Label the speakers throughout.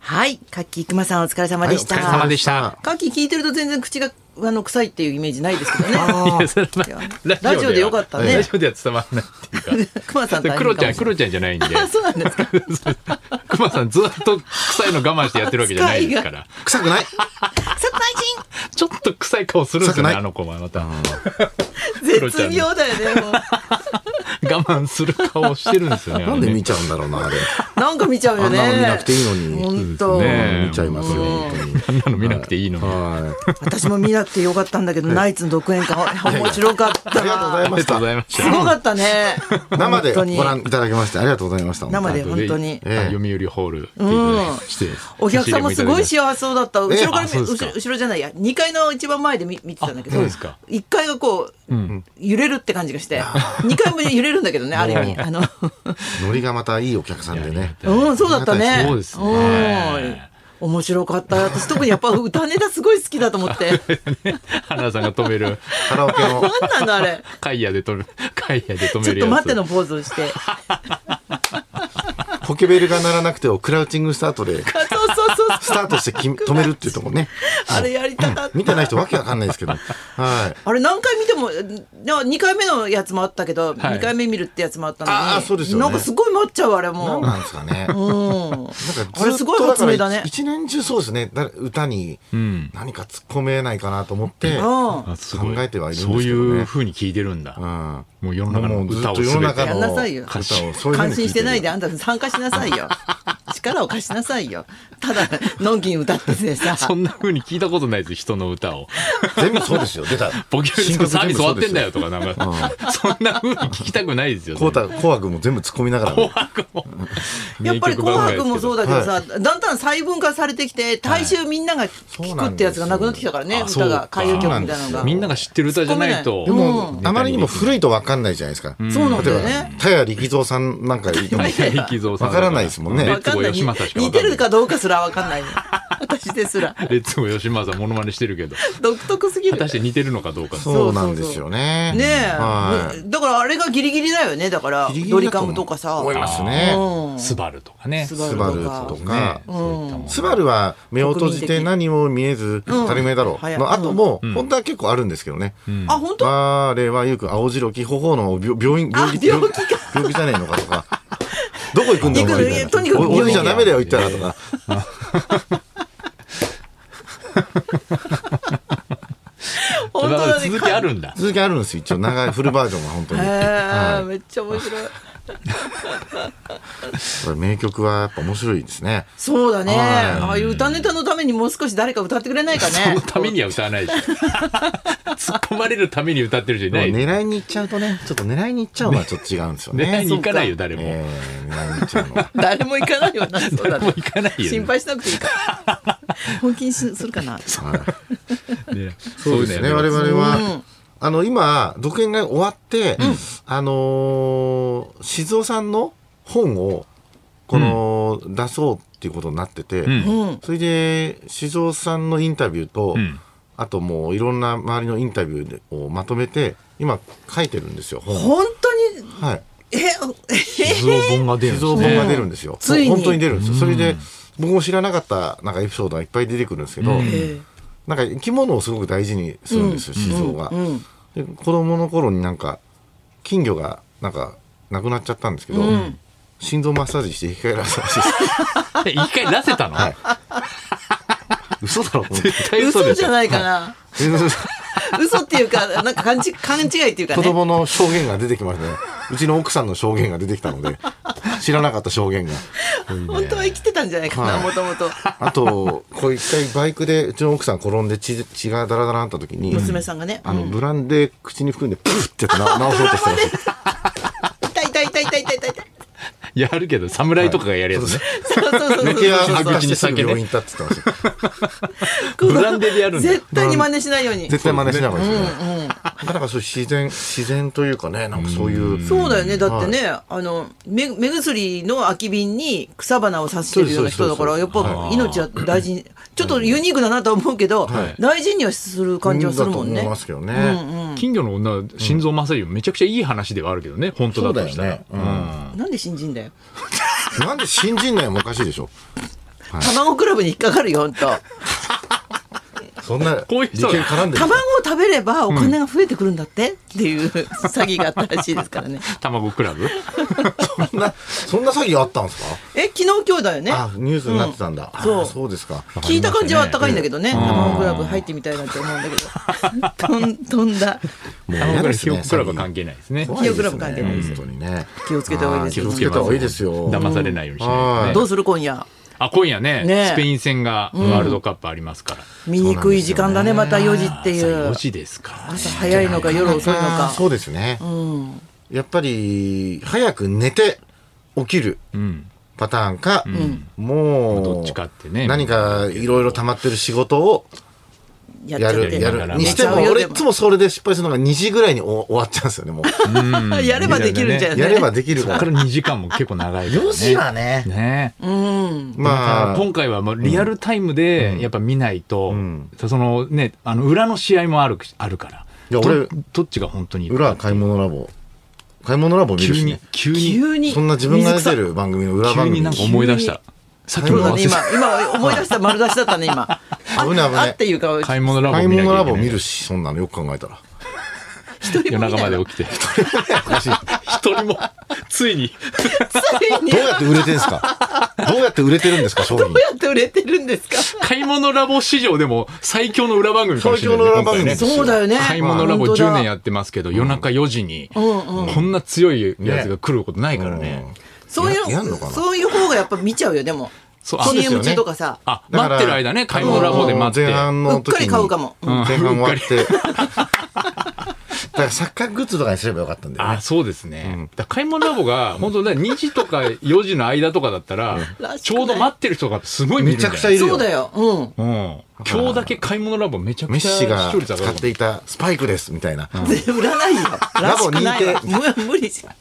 Speaker 1: はい、カッキー熊さんお疲れ様でした。
Speaker 2: はいお疲れ様でした
Speaker 1: カッキー聞いてると全然口があの臭いっていうイメージないですけどね。
Speaker 2: いやそれは
Speaker 1: ラジオでよかったね
Speaker 2: ラジオでは伝わらないっていうか。
Speaker 1: 熊さん
Speaker 2: で
Speaker 1: 大変か
Speaker 2: ク
Speaker 1: も
Speaker 2: ロ
Speaker 1: しれ
Speaker 2: ち
Speaker 1: な
Speaker 2: ゃ
Speaker 1: い
Speaker 2: ん、クロちゃんじゃないんで、
Speaker 1: あ、そうなんですか。
Speaker 2: クマさんずっと臭いの我慢してやってるわけじゃないですから。
Speaker 3: 臭く ない
Speaker 1: 殺
Speaker 2: ちょっと臭い顔するんです
Speaker 3: 臭
Speaker 2: よ
Speaker 3: く
Speaker 2: ね、
Speaker 3: ない
Speaker 2: あの子はまた。我
Speaker 1: 人
Speaker 2: 黒ちゃ
Speaker 1: 絶
Speaker 2: ん
Speaker 1: 妙だよね。もう
Speaker 2: 慢する顔をしてるんですよね。
Speaker 3: なんで見
Speaker 2: ち
Speaker 3: ちゃうんだろうな、あれ。
Speaker 1: なんか見ちゃうよね。
Speaker 3: あんなの見なくていいのに
Speaker 1: 本当。
Speaker 2: ねえ
Speaker 3: 見ちゃいますよ、本当に。
Speaker 2: あんなの見なくていいのに。
Speaker 3: は
Speaker 1: 私も見なくてよかったんだけど、ナイツの独演会面白かったな。
Speaker 3: ありがとうござい
Speaker 2: ありがとうございまし
Speaker 1: す
Speaker 2: た。
Speaker 1: ごかったね。
Speaker 3: い。生で
Speaker 1: 本当に
Speaker 3: ご覧いただきまして、ありがとうございました。
Speaker 1: 生で
Speaker 3: 本
Speaker 1: 本当に
Speaker 2: あ読売ホール来ていただきまして
Speaker 1: お客さんもすごい幸せそうだった。後ろから
Speaker 2: あ
Speaker 1: 見、
Speaker 2: そう
Speaker 1: 後
Speaker 2: ですか
Speaker 1: ろ後ろじゃないや、2階の一番前で見見てたんだけど、
Speaker 2: あそうですか
Speaker 1: 1階がこう、揺れるって感じがして、2階も揺れるんだけどね、ある意味。あの、
Speaker 3: 当に。ノリがまたいいお客さんでね。
Speaker 1: うん、そうだったね。
Speaker 2: そうですね
Speaker 1: うん面白かった。私特に やっぱ歌ネタすごい好きだと思って。
Speaker 2: 花さんが止める。
Speaker 3: カラオケの。
Speaker 1: なんなのあれ。
Speaker 2: カイヤで止める。カイヤで止
Speaker 1: ち
Speaker 2: め
Speaker 1: ょっ
Speaker 2: る
Speaker 1: と
Speaker 2: やつ。
Speaker 1: 待ってのポーズを して。
Speaker 3: ポケベルが鳴らなくてをクラウチングスタートで、
Speaker 1: あそうそうそう
Speaker 3: ス
Speaker 1: そう。
Speaker 3: タートしてき止めるっていうとこね。
Speaker 1: あれやりたかった。
Speaker 3: 見てない人わけわかんないですけど。はい。
Speaker 1: あれ何回見ても、な2回目のやつもあったけど、
Speaker 2: はい
Speaker 1: 2回目見るってやつもあったのに。
Speaker 3: あーそうですよね
Speaker 1: なんかすごい待っちゃう、あれもう。
Speaker 3: 何なんですかね。
Speaker 1: うん。
Speaker 3: なんか
Speaker 1: あれすごい発明だね
Speaker 3: ずっとから一一年中そうですね。だ歌に
Speaker 2: ん
Speaker 3: 何か突っ込めないかなと思って。
Speaker 1: うん。
Speaker 2: あすご
Speaker 3: 考えてはいるんですけど
Speaker 2: そう
Speaker 3: ね
Speaker 2: いう風に聞いてるんだ。
Speaker 3: うん
Speaker 2: もう世の中の歌を
Speaker 3: もうずっと世の中
Speaker 1: や
Speaker 3: の
Speaker 1: んなさいよ
Speaker 3: 歌をそういう風に
Speaker 1: 感
Speaker 3: 聞
Speaker 1: 心
Speaker 3: い
Speaker 1: してて
Speaker 3: る
Speaker 1: ないであんた参加しなさいよ力を貸しなさいよただのんきに歌っててさ
Speaker 2: そんな風に聞いたことないです、人の歌を。
Speaker 3: 全部そうですよ。出た。
Speaker 2: ボキュールのサービス終わってんだよ
Speaker 3: と。
Speaker 2: とか、なんか、そんな風に聞きたくないですよ。
Speaker 3: コータ、紅白も全部突っ込みながらね。
Speaker 1: やっぱり「紅白」もそう
Speaker 2: だ。
Speaker 1: だけどさ、だんだん細分化されてきて大衆みんなが聞くってやつがなくなってきたからね、
Speaker 2: あそう
Speaker 1: 歌が歌謡曲みたいな
Speaker 3: そうなん
Speaker 1: の
Speaker 3: です
Speaker 1: が
Speaker 3: よ
Speaker 2: みんなが知ってる歌じゃないと。
Speaker 3: でも、あまりにも古いと分かんないじゃないですか。
Speaker 1: そうなんだ
Speaker 3: 例
Speaker 1: よ
Speaker 3: え
Speaker 1: ね
Speaker 3: ば、田谷力蔵さんなんかいても
Speaker 2: は、い。力蔵さんだ
Speaker 3: わからないですもんね
Speaker 2: レ
Speaker 3: 古
Speaker 2: ッ
Speaker 1: わか
Speaker 2: ツゴ
Speaker 1: んない
Speaker 2: ー吉正しかわ
Speaker 1: 似て
Speaker 2: かんない
Speaker 1: るかどうかすらわかんない私ですら
Speaker 2: レッツゴー 吉正モノマネしてるけど、
Speaker 1: 独特すぎ
Speaker 2: 果
Speaker 1: る
Speaker 2: たして似てるのかどうか。
Speaker 3: そうなんですよね。
Speaker 1: ねえ、
Speaker 3: はい。
Speaker 1: だからあれがギリギリだよねだから
Speaker 3: ギリギリだ
Speaker 1: ド
Speaker 3: 思う
Speaker 1: リカムとかさ
Speaker 3: 思いますね。
Speaker 1: うん
Speaker 2: スバルとかね。
Speaker 1: ス
Speaker 3: スバルとか。
Speaker 2: そういったもの
Speaker 3: スバルは目を閉じて何も見えず当たり前だろう
Speaker 1: 早い
Speaker 3: の後も本当は結構あるんですけどね。
Speaker 1: あ本当
Speaker 3: 我はよく青白き頬の病病院病気
Speaker 1: あ病気
Speaker 3: 病病気じゃねえのかとか。どこ行くんだお前みたい
Speaker 1: 行くとにか
Speaker 3: な
Speaker 1: く
Speaker 3: お
Speaker 1: 病気
Speaker 3: 俺じゃダメだよ言ったらとか。
Speaker 1: 本当
Speaker 2: だ
Speaker 1: だ
Speaker 2: から
Speaker 1: ね
Speaker 2: 続きあるんだ。
Speaker 3: 続きあるんですよ一応長いフルバージョンは本当に。
Speaker 1: へえ
Speaker 3: は
Speaker 1: めっちゃ面白い。
Speaker 3: いこれ名曲はやっぱ面白いですね。
Speaker 1: そうだね。
Speaker 3: はい
Speaker 1: ああいう歌ネタのためにもう少し誰か歌ってくれないか
Speaker 2: そ
Speaker 1: ね
Speaker 2: の。ためには歌わないでしょ。突っ込まれるために歌ってる人い
Speaker 3: もう
Speaker 2: ない。
Speaker 3: 狙いに行っちゃうとねちょっと狙いに行っちゃうのはちょっと違うんですよね。
Speaker 2: 狙いに行かないよ、誰も。
Speaker 3: ええ狙いに行っちゃうのは。
Speaker 1: 誰も行かないよな。そうだ
Speaker 2: 誰も
Speaker 1: ね
Speaker 2: 行。かないよね。
Speaker 1: 心配しなくていい から。本気にするかな。
Speaker 3: はい
Speaker 2: ね
Speaker 3: そうですね。我々
Speaker 1: う
Speaker 3: は
Speaker 1: ん、
Speaker 3: あの、今、独演会終わって、あのー静雄さんの本を、この、出そうっていうことになってて、
Speaker 2: ん
Speaker 1: うん。
Speaker 3: それで、静雄さんのインタビューと、
Speaker 2: ん
Speaker 3: あともういろんな周りのインタビューをまとめて、今書いてるんですよ、本を。
Speaker 1: 本当に、
Speaker 3: はい。
Speaker 1: え、え、
Speaker 2: 静雄本が出るんで
Speaker 3: 静
Speaker 2: す
Speaker 3: 雄
Speaker 2: ね
Speaker 3: 本が出るんですよ。
Speaker 1: ついに
Speaker 3: 本当に出るんですよ。それで、僕も知らなかったなんかエピソードがいっぱい出てくるんですけど、
Speaker 1: え
Speaker 3: なんか生き物をすごく大事にするんですよ、静雄が。
Speaker 1: うん。
Speaker 3: で子供の頃になんか金魚がなんか亡くなっちゃったんですけど、
Speaker 1: ん
Speaker 3: 心臓マッサージして生き返らせたらしいです
Speaker 2: 一回出せたの
Speaker 3: はい嘘だろと 思って
Speaker 2: 絶対嘘
Speaker 1: 嘘
Speaker 2: でし
Speaker 1: じ
Speaker 2: ょ
Speaker 1: ゃないか な。嘘っていうか、なんか勘違い勘違いっていうか
Speaker 3: 子
Speaker 1: ね。
Speaker 3: 供の証言が出てきま したねうちの奥さんの証言が出てきたので知らなかった証言が
Speaker 1: 本当は生きてたんじゃないかな、
Speaker 3: はい
Speaker 1: もともと。
Speaker 3: あとこう一回バイクでうちの奥さん転んで血血がダラダラになった時に
Speaker 1: 娘さんがね。
Speaker 3: あのブランで口に含んでプッってやって な直そうとしてました
Speaker 1: 痛い痛い痛い痛い痛い痛い。
Speaker 2: やるけど、侍とかがやるやつね。
Speaker 1: そうそうそうそう。
Speaker 3: 抜けは
Speaker 2: そう
Speaker 3: 外してすぐ病院行ったって言ってました
Speaker 2: ブランデでやるんだ。
Speaker 1: 絶対に真似しないように。
Speaker 3: 絶対真似しながらですねあなんかそういう自然自然というかねなんかそういう
Speaker 1: そうだよね。だってね、あの、目目薬の空き瓶に草花を刺してるような人だから、や
Speaker 3: そう
Speaker 1: っ
Speaker 3: ですそうです
Speaker 1: ぱ命は大事に、ちょっとユニークだなとは思うけど、
Speaker 3: はい
Speaker 1: 大事にはする感じはするもん
Speaker 3: だと思
Speaker 1: ね
Speaker 3: いま。すけどね。
Speaker 2: 金魚の女、心臓マッサージもめちゃくちゃいい話ではあるけどね、本当
Speaker 3: そう
Speaker 2: だ
Speaker 3: だ
Speaker 2: とし
Speaker 3: よ
Speaker 2: たら
Speaker 3: ね。。うん
Speaker 1: なんで新人だよ。
Speaker 3: なんで信じんないもおかしいでしょ。
Speaker 1: 卵クラブに引っかかるよほんと
Speaker 3: そんな
Speaker 2: こういう人
Speaker 3: 利権絡んでる
Speaker 1: 卵を食べればお金が増えてくるんだってっていう詐欺があったらしいですから ね
Speaker 2: 卵クラブ
Speaker 3: そんなそんな詐欺あったんですか
Speaker 1: え昨日今日だよね
Speaker 3: あニュースになってたんだ、あ
Speaker 1: そう
Speaker 3: そうですか
Speaker 1: 聞いた感じはあったかいんだけどね
Speaker 2: うん
Speaker 1: 卵クラブ入ってみたいなって思うんだけどとん飛んだ
Speaker 3: もう
Speaker 2: 卵
Speaker 3: 嫌
Speaker 2: クラ
Speaker 3: で
Speaker 2: ブ
Speaker 3: す
Speaker 2: ひ
Speaker 3: ね
Speaker 2: よっクラブ
Speaker 3: 詐欺
Speaker 2: 関係ないですね
Speaker 3: 怖い
Speaker 1: ひよ
Speaker 3: です
Speaker 1: っくらぶ関係ないです
Speaker 3: 本当にね
Speaker 1: 気をつけた方がいいです
Speaker 3: あー
Speaker 1: よ
Speaker 3: 気をつけた方がいいですよ
Speaker 2: 騙されないようにしない
Speaker 1: ど
Speaker 2: とね
Speaker 1: うする今夜
Speaker 2: あ今夜ね
Speaker 1: ね
Speaker 2: スペイン戦がワールドカップありますから、
Speaker 1: 醜い時間だねまた4時ってい
Speaker 2: 朝
Speaker 1: う
Speaker 2: 4時ですから、ね、
Speaker 1: 朝早いのか夜遅いの
Speaker 3: なかな
Speaker 1: か
Speaker 3: そうですね、やっぱり早く寝て起きる
Speaker 2: うん
Speaker 3: パターンか、もう
Speaker 2: どっちかってね
Speaker 3: 何かいろいろ溜まってる仕事を
Speaker 1: やっちゃ
Speaker 3: や
Speaker 1: っ
Speaker 3: る
Speaker 1: て
Speaker 3: や
Speaker 2: っちゃって
Speaker 3: る
Speaker 2: ね
Speaker 3: にして
Speaker 1: やっ
Speaker 3: も
Speaker 1: ちゃうよ
Speaker 3: 俺
Speaker 1: で
Speaker 3: い
Speaker 1: も
Speaker 3: つもそれで失敗するのが2時ぐらいにお終わっちゃうんですよねも う
Speaker 1: やればできるんじゃない
Speaker 3: やればできる
Speaker 2: そ
Speaker 3: か
Speaker 2: っからら2時間も結構長 いからね
Speaker 3: 4時はね
Speaker 2: ね
Speaker 1: うん
Speaker 3: まあ
Speaker 2: 今回はもうリアルタイムでやっぱ見ないと、
Speaker 3: ん
Speaker 2: そのねあの裏の試合もあるあるから
Speaker 3: いや俺
Speaker 2: どどっちが本当に
Speaker 3: 裏は買い物ラボ買い物ラボ見る
Speaker 2: 急
Speaker 3: し
Speaker 2: に
Speaker 3: ね
Speaker 2: 急に
Speaker 1: 急に
Speaker 3: そんな自分が出て
Speaker 1: 水
Speaker 3: る番組の裏
Speaker 2: 急
Speaker 3: 番組
Speaker 2: になんか思い出したさっき
Speaker 1: 草
Speaker 2: も
Speaker 1: そうだ
Speaker 2: 忘
Speaker 1: ね
Speaker 2: れて
Speaker 1: 今
Speaker 2: た
Speaker 1: 今思い出した丸出しだったね今
Speaker 3: 危ない危
Speaker 1: あ
Speaker 3: な
Speaker 1: っ
Speaker 3: い
Speaker 1: ていうか
Speaker 2: 買い物ラボ
Speaker 3: 買い
Speaker 2: 見なきゃいけ
Speaker 3: 物
Speaker 2: ない
Speaker 3: ラボ見るしそんなのよく考えたら
Speaker 1: 一人
Speaker 2: 夜
Speaker 1: も見
Speaker 2: 中
Speaker 1: な
Speaker 2: ま
Speaker 1: い
Speaker 2: で
Speaker 1: の
Speaker 2: 起きて一人もついに
Speaker 1: ついに
Speaker 3: どうやって売れてるんですかどうやって売れてるんです か商品
Speaker 1: どうやって売れてるんですか
Speaker 2: 買い物ラボ史上でも最強の裏番組かもしれない、ね、
Speaker 3: 最強の裏番組
Speaker 2: 今回ね
Speaker 3: そう
Speaker 1: そうだよね
Speaker 2: 買い物ラボ
Speaker 1: 本当だ
Speaker 2: 10年やってますけど夜中4時に
Speaker 1: ん
Speaker 2: こんな強いやつが来ることないからね
Speaker 3: うん
Speaker 1: そうい
Speaker 3: ややんの
Speaker 1: う
Speaker 3: かな
Speaker 1: そういう方がやっぱ見ちゃうよでも
Speaker 2: そうあ
Speaker 3: そうですよ
Speaker 1: CM
Speaker 3: ね
Speaker 1: 中とかさ
Speaker 2: あ
Speaker 3: だから
Speaker 2: 待ってる間ね買い物ラボで待って
Speaker 3: 前半
Speaker 1: う
Speaker 3: の
Speaker 1: っ
Speaker 3: 時に
Speaker 1: かり買うかも
Speaker 2: ん
Speaker 3: 前半終わ って。だからサッカーグッズとかにすればよかったんだよね
Speaker 2: あ。そうですね、だから買い物ラボが本当ね2時とか4時の間とかだったら
Speaker 1: らしく
Speaker 2: ち
Speaker 1: ない
Speaker 2: ょうど待ってる人がすごい見るんじゃな
Speaker 3: めちゃく
Speaker 2: い
Speaker 3: ちゃいるよ
Speaker 1: そうだようん
Speaker 2: うん、今日だけ買い物ラボめちゃ
Speaker 3: メ
Speaker 2: く
Speaker 3: ッ
Speaker 2: ちゃ
Speaker 3: シが
Speaker 2: 視聴率上が
Speaker 3: 使
Speaker 2: る
Speaker 3: っていたスパイクですみたいな。
Speaker 1: 全売らないよらしくないわ
Speaker 3: ラボ
Speaker 1: む無理じゃん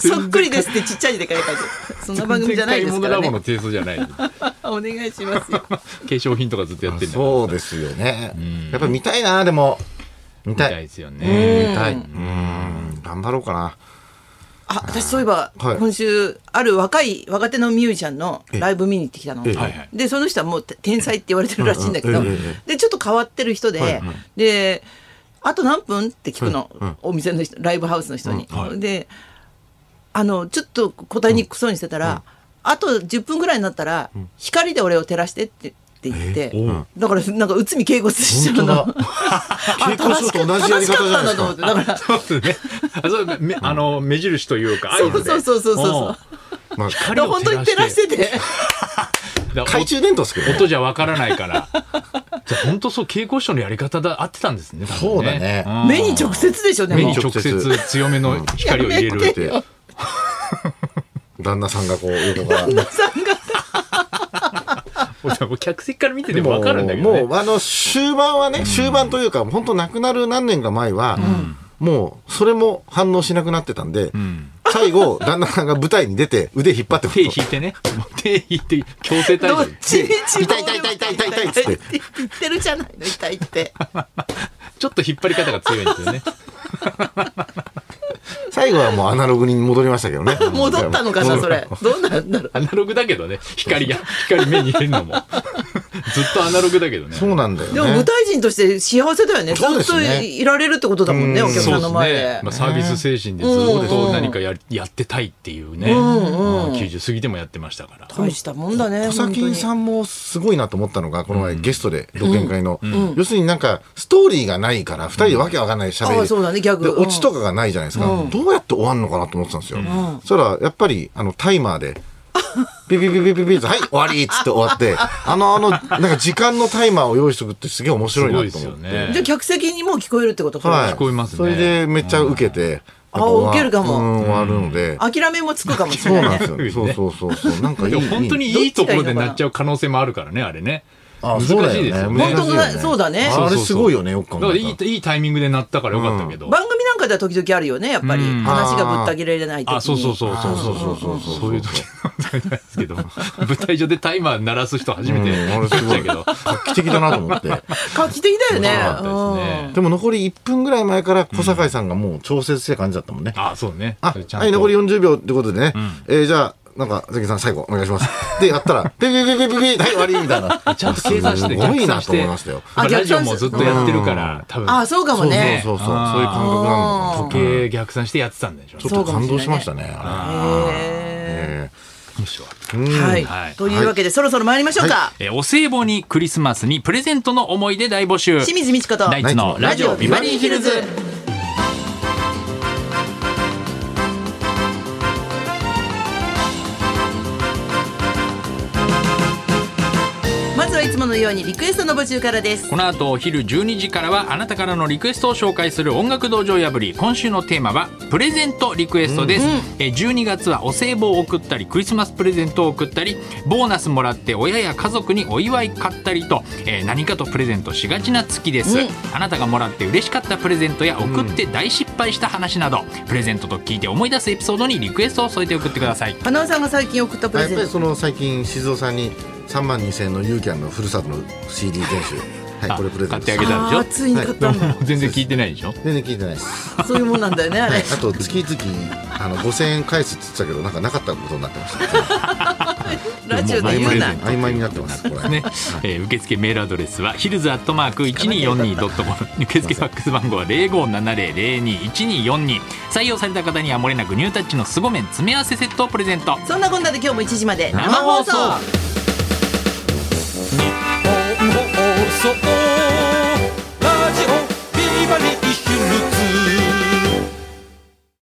Speaker 1: そっくりですってちっちゃい字で書いてあるそんな番組じゃないですか
Speaker 2: 全
Speaker 1: ら
Speaker 2: 然買い物ラボ
Speaker 1: ね
Speaker 2: の提訴じゃない 化
Speaker 1: お願いしますよ
Speaker 2: 粧品とかずっとやってんだから
Speaker 3: そうですよね。やっぱ見たいな、でも。見
Speaker 2: み
Speaker 3: た
Speaker 2: たいで
Speaker 3: い。
Speaker 2: すよ
Speaker 3: 見
Speaker 2: ね、
Speaker 3: たい。うん。頑張ろうかな。
Speaker 1: あ私そういえば
Speaker 3: はい
Speaker 1: 今週ある若い若手のミュージシャンのライブ見に行ってきたの
Speaker 3: ええ
Speaker 2: はいはい
Speaker 1: でその人はもうて天才って言われてるらしいんだけど
Speaker 3: うんうんええ え
Speaker 1: でちょっと変わってる人
Speaker 3: はい
Speaker 1: で
Speaker 3: はい
Speaker 1: であと何分って聞くの
Speaker 3: うんうん
Speaker 1: お店の人ライブハウスの人に
Speaker 2: うんは。い
Speaker 1: であのちょっと答えにくそうにしてたらあと10分ぐらいになったら光で俺を照らしてってって言って
Speaker 2: おう
Speaker 1: だからなんか内海恵子師匠の
Speaker 3: 本当
Speaker 1: あ
Speaker 3: 恵子師匠と同じやり方じ
Speaker 1: 正し
Speaker 3: ゃないですか
Speaker 1: かったんだと思ってだから
Speaker 2: そうですね。あ、そう、め、あの、目印というか、合図で
Speaker 1: そうそうそうそうそう
Speaker 3: まあ、
Speaker 2: 光を
Speaker 1: 本当に照らしてて。
Speaker 2: うんだから
Speaker 3: 懐中電灯ですけど
Speaker 2: お
Speaker 3: ね。
Speaker 2: 音じゃわからないから。じゃ、本当そう、稽古書のやり方だ、合ってたんですね。多分
Speaker 3: そうだね
Speaker 2: ん
Speaker 1: 目に直接でしょで
Speaker 2: 目
Speaker 1: も
Speaker 2: に直接強めの光を入れ
Speaker 1: やめ
Speaker 2: る。
Speaker 3: で旦那さんがこう、横から。
Speaker 2: もう客席から見ててもわかるんだけど
Speaker 3: もう
Speaker 2: ね。
Speaker 3: もうあの終盤はね、終盤というか本当亡くなる何年か前は、もうそれも反応しなくなってたんで、
Speaker 2: ん
Speaker 3: 最後旦那さんが舞台に出て腕引っ張って
Speaker 2: 手引いてね。手引いて、強制退
Speaker 1: どっ
Speaker 2: 場。
Speaker 1: ちに
Speaker 3: 痛い痛い痛い痛い痛い痛いっつって
Speaker 1: 言ってるじゃないの痛いって
Speaker 2: ちょっと引っ張り方が強いんですよね。
Speaker 3: 最後はもうアナログに戻りましたけどね
Speaker 1: 戻ったのかなそれどうなんだろう
Speaker 2: アナログだけどね。光が、光目に入れるのも。ずっとアナログだけどね。
Speaker 3: そうなんだよ
Speaker 1: でも舞
Speaker 3: ね
Speaker 1: 台人として幸せだよねず
Speaker 3: そうで
Speaker 1: っ
Speaker 3: す
Speaker 1: と
Speaker 3: ね
Speaker 1: いられるってことだもんね
Speaker 3: う
Speaker 1: お
Speaker 3: ん
Speaker 1: 客さんの前で
Speaker 2: まあ、サービス精神でずっと何かや,、やってたいっていうね、
Speaker 1: んうん
Speaker 2: うん90過ぎてもやってましたから。
Speaker 1: 大したもんだね
Speaker 3: 小
Speaker 1: 本当
Speaker 3: 崎
Speaker 1: に
Speaker 3: さんもすごいなと思ったのがこの前ゲストで独演会の、要するになんかストーリーがないから2人でわけわかんないしゃべり、
Speaker 1: ああそうだねギャグ
Speaker 3: で
Speaker 1: うん
Speaker 3: オチとかがないじゃないですか、
Speaker 1: うん
Speaker 3: どうやって終わんのかなと思ってたんですよ、そしたらやっぱりあのタイマ ーでビビビビビビビはい終わりっつって終わってあのあのなんか時間のタイマーを用意しとくってすげえ面
Speaker 2: す
Speaker 3: 白い
Speaker 2: ご
Speaker 3: な
Speaker 2: いで
Speaker 3: と
Speaker 2: す
Speaker 3: 思
Speaker 2: よ
Speaker 3: って、
Speaker 2: ね
Speaker 1: じゃ。あ客席にも聞こえるってこと
Speaker 3: はい、
Speaker 2: 聞こえますね
Speaker 3: それでめっちゃ受けて、
Speaker 1: うん
Speaker 3: やっぱ
Speaker 1: あ受けるかも
Speaker 3: うん終わるので、
Speaker 1: 諦めもつくかもし
Speaker 3: そう
Speaker 1: れ
Speaker 3: な
Speaker 1: ない
Speaker 3: んで
Speaker 1: ね
Speaker 3: すよ、
Speaker 2: ね
Speaker 3: そうそうそうそうなんかいい
Speaker 2: でも本当にいいところでなっちゃう可能性もあるからね、あれね。
Speaker 3: あ
Speaker 2: 難しい
Speaker 3: そうだよ
Speaker 2: ですよね。
Speaker 1: 本当の
Speaker 3: 難しいよ
Speaker 1: そうだね
Speaker 3: あれすごいよねよく考
Speaker 2: だ
Speaker 3: えた
Speaker 2: から
Speaker 3: ら
Speaker 2: いいいいタイミングでなったからよかったけど。
Speaker 1: 番組なんかでは時々あるよねやっぱり
Speaker 2: うん
Speaker 1: 話がぶった切れれない時に
Speaker 2: あ、そうそうそうそうそうそうそうそうそういう時なんですけど、 舞台上でタイマー鳴らす人初めて
Speaker 3: うんあ
Speaker 2: 見
Speaker 3: れ
Speaker 2: た
Speaker 3: すごい
Speaker 2: けど。
Speaker 3: 画期的だなと思って
Speaker 1: 画期的だよ
Speaker 2: 面白かったです
Speaker 1: ね
Speaker 2: ね
Speaker 1: うん
Speaker 3: でも残り1分ぐらい前から小堺さんがもう調節してる感じだったもんね、
Speaker 2: あ、そうね。
Speaker 3: あ
Speaker 2: それちゃんと
Speaker 3: はい残り40秒ってことでね、えーじゃあなんか、関さん最後お願いします。で、やったら、ピピピピピピはい、終わりみたいな。
Speaker 2: ちゃんと計算して
Speaker 3: すごい
Speaker 2: 逆
Speaker 3: な
Speaker 2: 算し
Speaker 3: と思
Speaker 2: て
Speaker 3: いましたよ。
Speaker 1: あ逆算
Speaker 2: ラジオもずっとやってるから多分
Speaker 1: あそうかもね
Speaker 3: そうそうそう、
Speaker 2: あー
Speaker 3: そういう感覚なの
Speaker 2: 時
Speaker 3: かな。
Speaker 2: 計逆算してやってたんでしょ
Speaker 3: ちょっ
Speaker 2: う
Speaker 3: と感動しましたね。
Speaker 1: へ
Speaker 3: あれえ
Speaker 2: 面白い
Speaker 3: えうん
Speaker 1: ーはい、
Speaker 2: はい
Speaker 1: というわけで、そろそろ参りましょうか、
Speaker 2: えーお歳暮にクリスマスにプレゼントの思い出大募集
Speaker 1: 清水美智子と
Speaker 2: ナイツのラジオビバリーヒルズ
Speaker 1: まずはいつものようにリクエストの募集からです
Speaker 2: この後お昼12時からはあなたからのリクエストを紹介する音楽道場破り今週のテーマはプレゼントリクエストです、えー12月はお歳暮を送ったりクリスマスプレゼントを送ったりボーナスもらって親や家族にお祝い買ったりと、えー何かとプレゼントしがちな月です、
Speaker 1: うん
Speaker 2: あなたがもらって嬉しかったプレゼントや送って大失敗した話など、プレゼントと聞いて思い出すエピソードにリクエストを添えて送ってください
Speaker 1: 花尾さんが最近送ったプ
Speaker 3: や
Speaker 1: レ
Speaker 3: っ
Speaker 1: ゼ
Speaker 3: ぱ
Speaker 1: ン
Speaker 3: り
Speaker 1: ト
Speaker 3: その最近静雄さんに3万2000円のユーキャンのふるさとの CD 全集はいこれプレゼント
Speaker 2: 買ってあげたんでしょ
Speaker 1: あーついに買ったんだ、
Speaker 2: 全然聞いてないでしょ
Speaker 3: 全然聞いてないです、
Speaker 1: そういうもんなんだよねあ
Speaker 3: は
Speaker 1: れ、
Speaker 3: い、あと月々あの5000円返すって言ってたけどなんかなかったことになってました
Speaker 1: ラジオで
Speaker 3: 曖
Speaker 1: 言う
Speaker 3: 昧
Speaker 1: な
Speaker 2: も
Speaker 3: 曖昧になってますこれ
Speaker 2: ね、えー受付メールアドレスはヒルズアットマーク 1242.com 受付ファックス番号は0570021242採用された方にはもれなくニュータッチの凄麺詰め合わせセットをプレゼント
Speaker 1: そんなこんなで今日も1時まで生
Speaker 2: 生
Speaker 1: 放
Speaker 2: 放
Speaker 1: 送
Speaker 2: 送